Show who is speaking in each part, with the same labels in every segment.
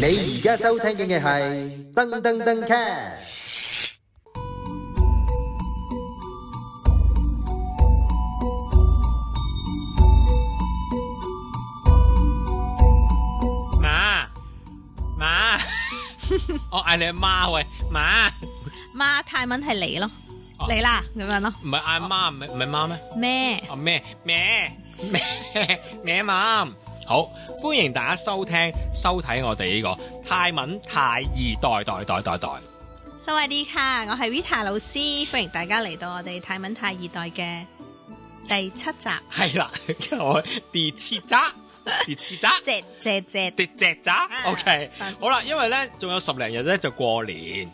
Speaker 1: 你而家收聽嘅係噔噔噔 cast。
Speaker 2: 媽媽，我哦嗌你阿媽喂，媽，
Speaker 3: 媽泰文係你咯，
Speaker 2: 哦
Speaker 3: 你啦咁樣咯。
Speaker 2: 唔係嗌媽唔係唔係媽咩？
Speaker 3: 咩？
Speaker 2: 哦咩咩咩 咩媽，好歡迎大家收聽收睇我哋呢個泰文泰二代代代代代，
Speaker 3: 收位啲卡，我係 Vita 老師，歡迎大家嚟到我哋泰文泰二代嘅第七集。
Speaker 2: 係啦， 我跌切渣跌切渣。
Speaker 3: 謝謝謝，
Speaker 2: 跌隻咋
Speaker 3: 啊
Speaker 2: ？OK，
Speaker 3: 嗯
Speaker 2: 好啦，因為咧仲有十零日咧就過年，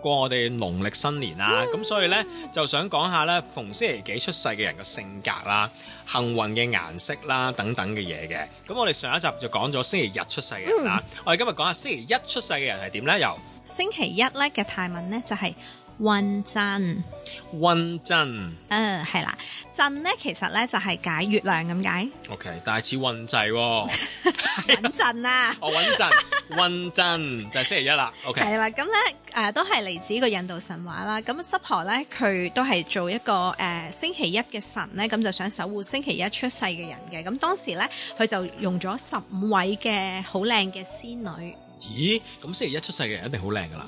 Speaker 2: 過我哋農曆新年啦，咁、所以咧就想講下咧逢星期幾出世嘅人嘅性格啦、幸運嘅顏色啦等等嘅嘢嘅。咁我哋上一集就講咗星期日出世嘅人啦，我哋今日講下星期一出世嘅人係點咧？由
Speaker 3: 星期一咧嘅泰文呢就係運震，
Speaker 2: 温真
Speaker 3: 嗯係啦，震呢其實呢就係解月亮咁解，
Speaker 2: ，OK，但係似運滯喎，哦
Speaker 3: 穩陣啊。
Speaker 2: 我穩陣，温真就係星期一啦，OK，
Speaker 3: 係啦，咁咧誒都係嚟自呢個印度神話啦。咁濕婆咧，佢都係做一個誒、呃星期一嘅神咧，咁就想守護星期一出世嘅人嘅。咁當時咧，佢就用咗十五位嘅好靚嘅仙女，
Speaker 2: 咦，咁星期一出世嘅人一定好靚噶啦。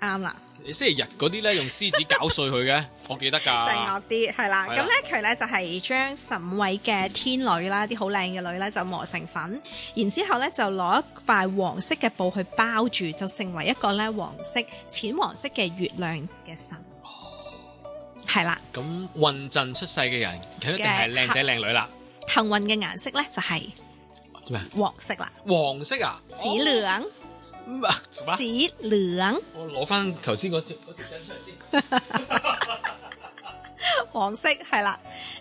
Speaker 3: 啱啦，
Speaker 2: 星期日嗰啲咧用獅子搞碎佢嘅， 我記得
Speaker 3: 正
Speaker 2: 㗎。
Speaker 3: 惡啲係啦。
Speaker 2: 啊係
Speaker 3: 咁
Speaker 2: 啦
Speaker 3: 咧佢咧就係將十五位嘅天女啦，啲好靚嘅女咧就磨成粉，然之後咧就攞一塊黃色嘅布去包住，就成為一個咧黃色淺黃色嘅月亮嘅神，
Speaker 2: 哦
Speaker 3: 係啦。
Speaker 2: 咁混陣出世嘅人，佢一定係靚仔靚女啦。
Speaker 3: 幸運嘅顏色咧就係
Speaker 2: 咩？
Speaker 3: 黃色啦，
Speaker 2: 黃色啊？
Speaker 3: 屎娘，
Speaker 2: 嗯啊做乜？
Speaker 3: 屎娘，
Speaker 2: 我攞翻頭先嗰條嗰條仔出嚟先。
Speaker 3: 黃色係啦，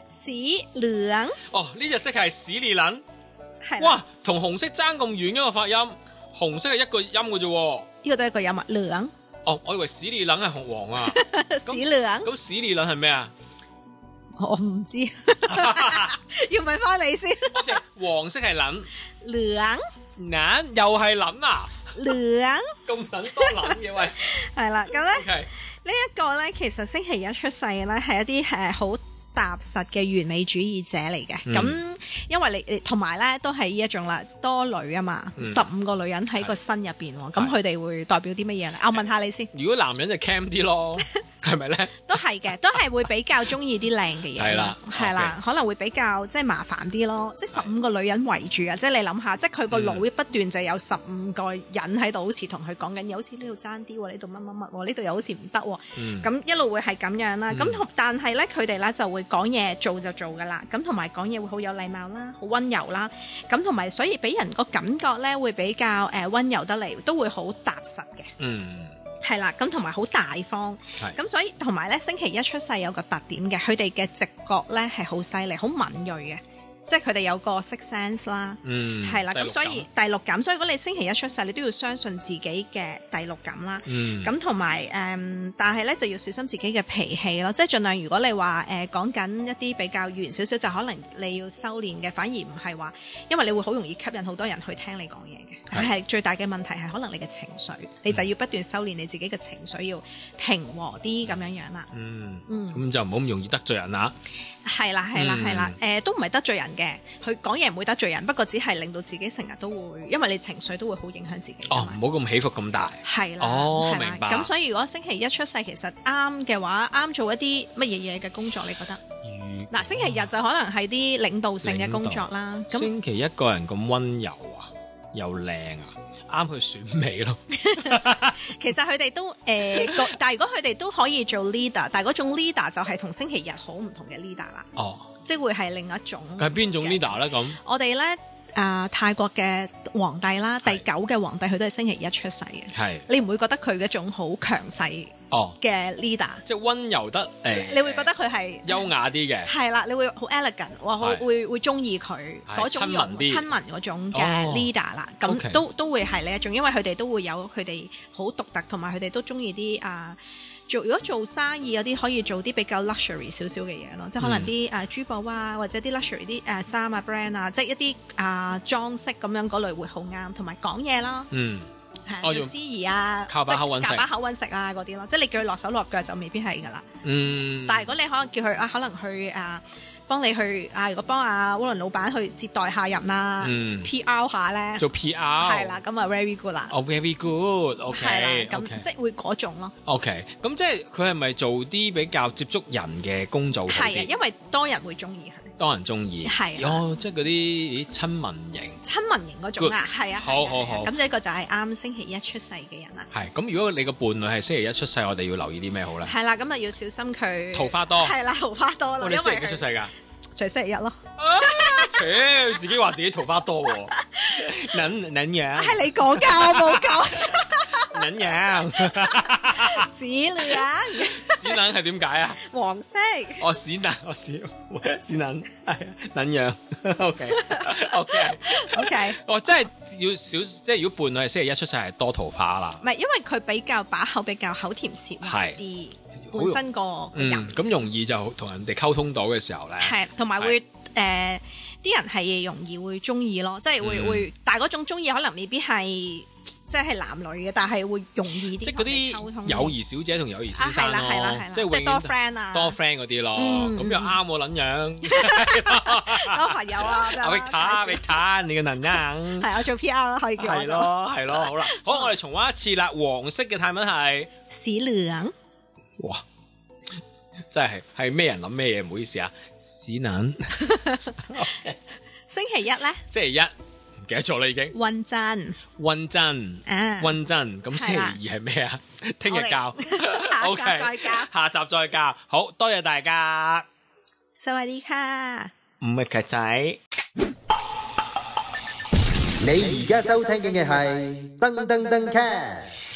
Speaker 3: 屎娘
Speaker 2: 哦，呢隻色係屎尿撚。
Speaker 3: 係啦，
Speaker 2: 哇，同紅色爭咁遠嘅個發音，紅色係一個音嘅啫喎。
Speaker 3: 呢個都係一個音啊，娘，
Speaker 2: 哦，我以為屎尿撚係紅黃 啊。
Speaker 3: 屎娘，
Speaker 2: 咁屎尿撚係咩 啊？
Speaker 3: 我 唔知，要問翻你先，
Speaker 2: 即係黃色係撚，
Speaker 3: 娘
Speaker 2: 撚又係撚啊！
Speaker 3: 娘
Speaker 2: 咁撚多撚嘅喂。
Speaker 3: 係啦，咁咧
Speaker 2: OK，
Speaker 3: 呢一個咧其實星期一出世嘅咧係一啲誒好。踏實嘅完美主義者嚟嘅，
Speaker 2: 嗯
Speaker 3: 咁、因為你你同埋咧都係呢一種啦，多女啊嘛，
Speaker 2: 嗯
Speaker 3: 十五、個女人喺個身入邊喎，咁
Speaker 2: 係
Speaker 3: 佢哋會代表啲乜嘢咧？啊我問下你先。
Speaker 2: 如果男人就 cam 啲 咯，係咪咧？
Speaker 3: 都係嘅，都係會比較中意啲靚嘅嘢。
Speaker 2: 係啦
Speaker 3: 係啦，可能會比較即係麻煩啲咯。即係十五個女人圍住啊！即係你諗下，即係佢
Speaker 2: 嗯
Speaker 3: 個腦不斷就有十五個人喺度，好似同佢講緊嘢，好似呢度爭啲喎，呢度乜乜乜喎，呢度又好似唔得喎。
Speaker 2: 嗯
Speaker 3: 咁一路會係咁樣啦。咁同但係咧，佢哋咧就會講嘢做就做噶啦。咁同埋講嘢會好有禮貌啦，好温柔啦。咁同埋所以俾人個感覺咧會比較誒温柔得嚟，都會好踏實嘅。
Speaker 2: 嗯。
Speaker 3: 係啦，咁同埋好大方
Speaker 2: 係，
Speaker 3: 咁所以同埋咧星期一出世有個特點嘅，佢哋嘅直覺咧係好犀利，好敏鋭嘅，即係佢哋有個 six sense 啦，
Speaker 2: 嗯，
Speaker 3: 係啦、
Speaker 2: 第六
Speaker 3: 咁所
Speaker 2: 感
Speaker 3: 以第六感，所以如果你星期一出世，你都要相信自己嘅第六感啦。
Speaker 2: 嗯
Speaker 3: 咁同埋誒，但係咧就要小心自己嘅脾氣咯，即係儘量如果你話誒講緊一啲比較遠少少，就可能你要修練嘅，反而唔係話，因為你會好容易吸引好多人去聽你講嘢嘅。但係最大嘅問題係可能你嘅情緒，你就要不斷修練你自己嘅情緒，要平和啲咁樣樣啦。
Speaker 2: 嗯
Speaker 3: 嗯
Speaker 2: 咁就唔好咁容易得罪人啦。
Speaker 3: 係啦，係啦，係啦，誒、都唔係得罪人嘅，佢講嘢唔會得罪人，不過只係令到自己成日都會，因為你情緒都會好影響自己㗎
Speaker 2: 哦，
Speaker 3: 嘛。
Speaker 2: 唔好咁起伏咁大。
Speaker 3: 係啦，
Speaker 2: 哦
Speaker 3: 係啦
Speaker 2: 明白
Speaker 3: 咁所以如果星期一出世，其實啱嘅話，啱做一啲乜嘢嘢嘅工作，你覺得？
Speaker 2: 如
Speaker 3: 嗱，星期日就可能係啲領導性嘅工作啦。咁
Speaker 2: 星期一個人咁温柔啊，又靚啊，啱去選美咯。
Speaker 3: 其實佢哋都誒，個 但係如果佢哋都可以做 leader，但係嗰種 leader 就係同星期日好唔同嘅 leader 啦，
Speaker 2: 哦，
Speaker 3: 即係會係另一種。
Speaker 2: 佢係邊種 leader 咧？咁
Speaker 3: 我哋咧啊，泰國嘅皇帝啦，第
Speaker 2: 係
Speaker 3: 九嘅皇帝佢都係星期一出世嘅，
Speaker 2: 係
Speaker 3: 你唔會覺得佢嗰種好強勢
Speaker 2: 哦，
Speaker 3: 嘅 leader，
Speaker 2: 即係温柔得誒，
Speaker 3: 你會覺得佢係
Speaker 2: 優雅啲嘅。
Speaker 3: 係啦，你會好 elegant，哇，好
Speaker 2: 係
Speaker 3: 會會中意佢
Speaker 2: 係
Speaker 3: 嗰種
Speaker 2: 親民啲
Speaker 3: 親民嗰種嘅
Speaker 2: 哦
Speaker 3: leader 啦，
Speaker 2: OK
Speaker 3: 咁都都會係呢一種，因為佢哋都會有佢哋好獨特，同埋佢哋都中意啲啊做如果做生意有啲可以做啲比較 luxury 少少嘅嘢咯，
Speaker 2: 嗯
Speaker 3: 即係可能啲誒珠寶啊，或者啲 luxury 啲誒衫啊 brand 啊，即係一啲啊裝飾咁樣嗰類會好啱，同埋講嘢啦，
Speaker 2: 嗯，
Speaker 3: 係啊
Speaker 2: 哦
Speaker 3: 做
Speaker 2: 用
Speaker 3: 司儀啊，
Speaker 2: 靠把
Speaker 3: 即係
Speaker 2: 口搵食
Speaker 3: 靠把口揾食啊嗰啲咯，即係你叫佢落手落腳就未必係噶啦。
Speaker 2: 嗯，
Speaker 3: 但係如果你可能叫佢啊，可能去啊幫你去啊，如果幫阿烏倫老闆去接待下人啊、
Speaker 2: 嗯
Speaker 3: p r 下咧，
Speaker 2: 做 PR
Speaker 3: 係啦，咁啊 very good 啦，
Speaker 2: 哦，very good，OK，
Speaker 3: 係啦，咁
Speaker 2: OK
Speaker 3: 即係會嗰種咯，
Speaker 2: OK，咁即係佢係咪做啲比較接觸人嘅工作好
Speaker 3: 係啊，
Speaker 2: 啲？
Speaker 3: 因為多人會中意佢。
Speaker 2: 多人中意，
Speaker 3: 係啊
Speaker 2: 哦，即係嗰啲咦親民型。
Speaker 3: 親民型嗰種啊，係啊，
Speaker 2: 好
Speaker 3: 係啊
Speaker 2: 好
Speaker 3: 係啊
Speaker 2: 好
Speaker 3: 咁呢個就係啱星期一出世嘅人啦，
Speaker 2: 係咁，如果你個伴侶係星期一出世，我哋要留意啲咩好咧？
Speaker 3: 係啦，咁啊要小心佢
Speaker 2: 桃花多
Speaker 3: 係啦，桃花多啦，
Speaker 2: 我
Speaker 3: 因
Speaker 2: 哋
Speaker 3: 為
Speaker 2: 哦星期幾出世
Speaker 3: 佢
Speaker 2: 㗎？
Speaker 3: 就星期一咯，
Speaker 2: 啊！ 切，自己話自己桃花多 喎，撚撚樣，
Speaker 3: 啊係你講㗎，我冇講，
Speaker 2: 撚樣，
Speaker 3: 紫戀
Speaker 2: 屎撚係點解啊？
Speaker 3: 啊黃色，
Speaker 2: 我屎撚，我屎 屎撚，係啊撚樣，OK OK，
Speaker 3: OK。
Speaker 2: 我真係要少，即係如果伴侶係星期一出世係多桃花啦，
Speaker 3: 唔係，因為佢比較把口比較口甜舌滑啲，
Speaker 2: 好
Speaker 3: 本身個
Speaker 2: 嗯
Speaker 3: 人，
Speaker 2: 咁容易就同人哋溝通到嘅時候咧，
Speaker 3: 係，同埋會誒啲人係容易會中意咯，即係會
Speaker 2: 嗯
Speaker 3: 會，但係嗰種中意可能未必係即係男女嘅，但係會容易啲
Speaker 2: 即係嗰
Speaker 3: 同人哋溝
Speaker 2: 啲
Speaker 3: 通
Speaker 2: 友誼小姐同友誼先生
Speaker 3: 啊係啦係啦係
Speaker 2: 咯
Speaker 3: 啦，
Speaker 2: 係
Speaker 3: 即係多
Speaker 2: 永遠
Speaker 3: friend 啊
Speaker 2: 多 friend 嗰啲咯，
Speaker 3: 嗯
Speaker 2: 咁又啱我撚樣。
Speaker 3: 多朋友啊，咁樣
Speaker 2: 阿 Victor
Speaker 3: 啦介紹
Speaker 2: Victor，你嘅啊能 硬
Speaker 3: 係我啊做 P.R. 啦，可以叫我
Speaker 2: 係
Speaker 3: 做
Speaker 2: 咯係咯，好 啦，好我哋重温一次啦。黃色嘅泰文係
Speaker 3: 屎娘，
Speaker 2: 哇，真係係咩人諗咩嘢？唔好意思啊，屎 撚
Speaker 3: 星期一咧
Speaker 2: 星期一唔記得咗啦已經。
Speaker 3: 混陣
Speaker 2: 温真
Speaker 3: 啊，
Speaker 2: 温真，咁星
Speaker 3: 係啦
Speaker 2: 期二係咩啊？聽日教
Speaker 3: 我 哋下集
Speaker 2: OK，
Speaker 3: 再教
Speaker 2: 下集再教。好多謝大家，
Speaker 3: สวัสดีค่ะ。
Speaker 2: 唔係劇仔。
Speaker 1: 你而家收聽嘅係噔噔噔 c a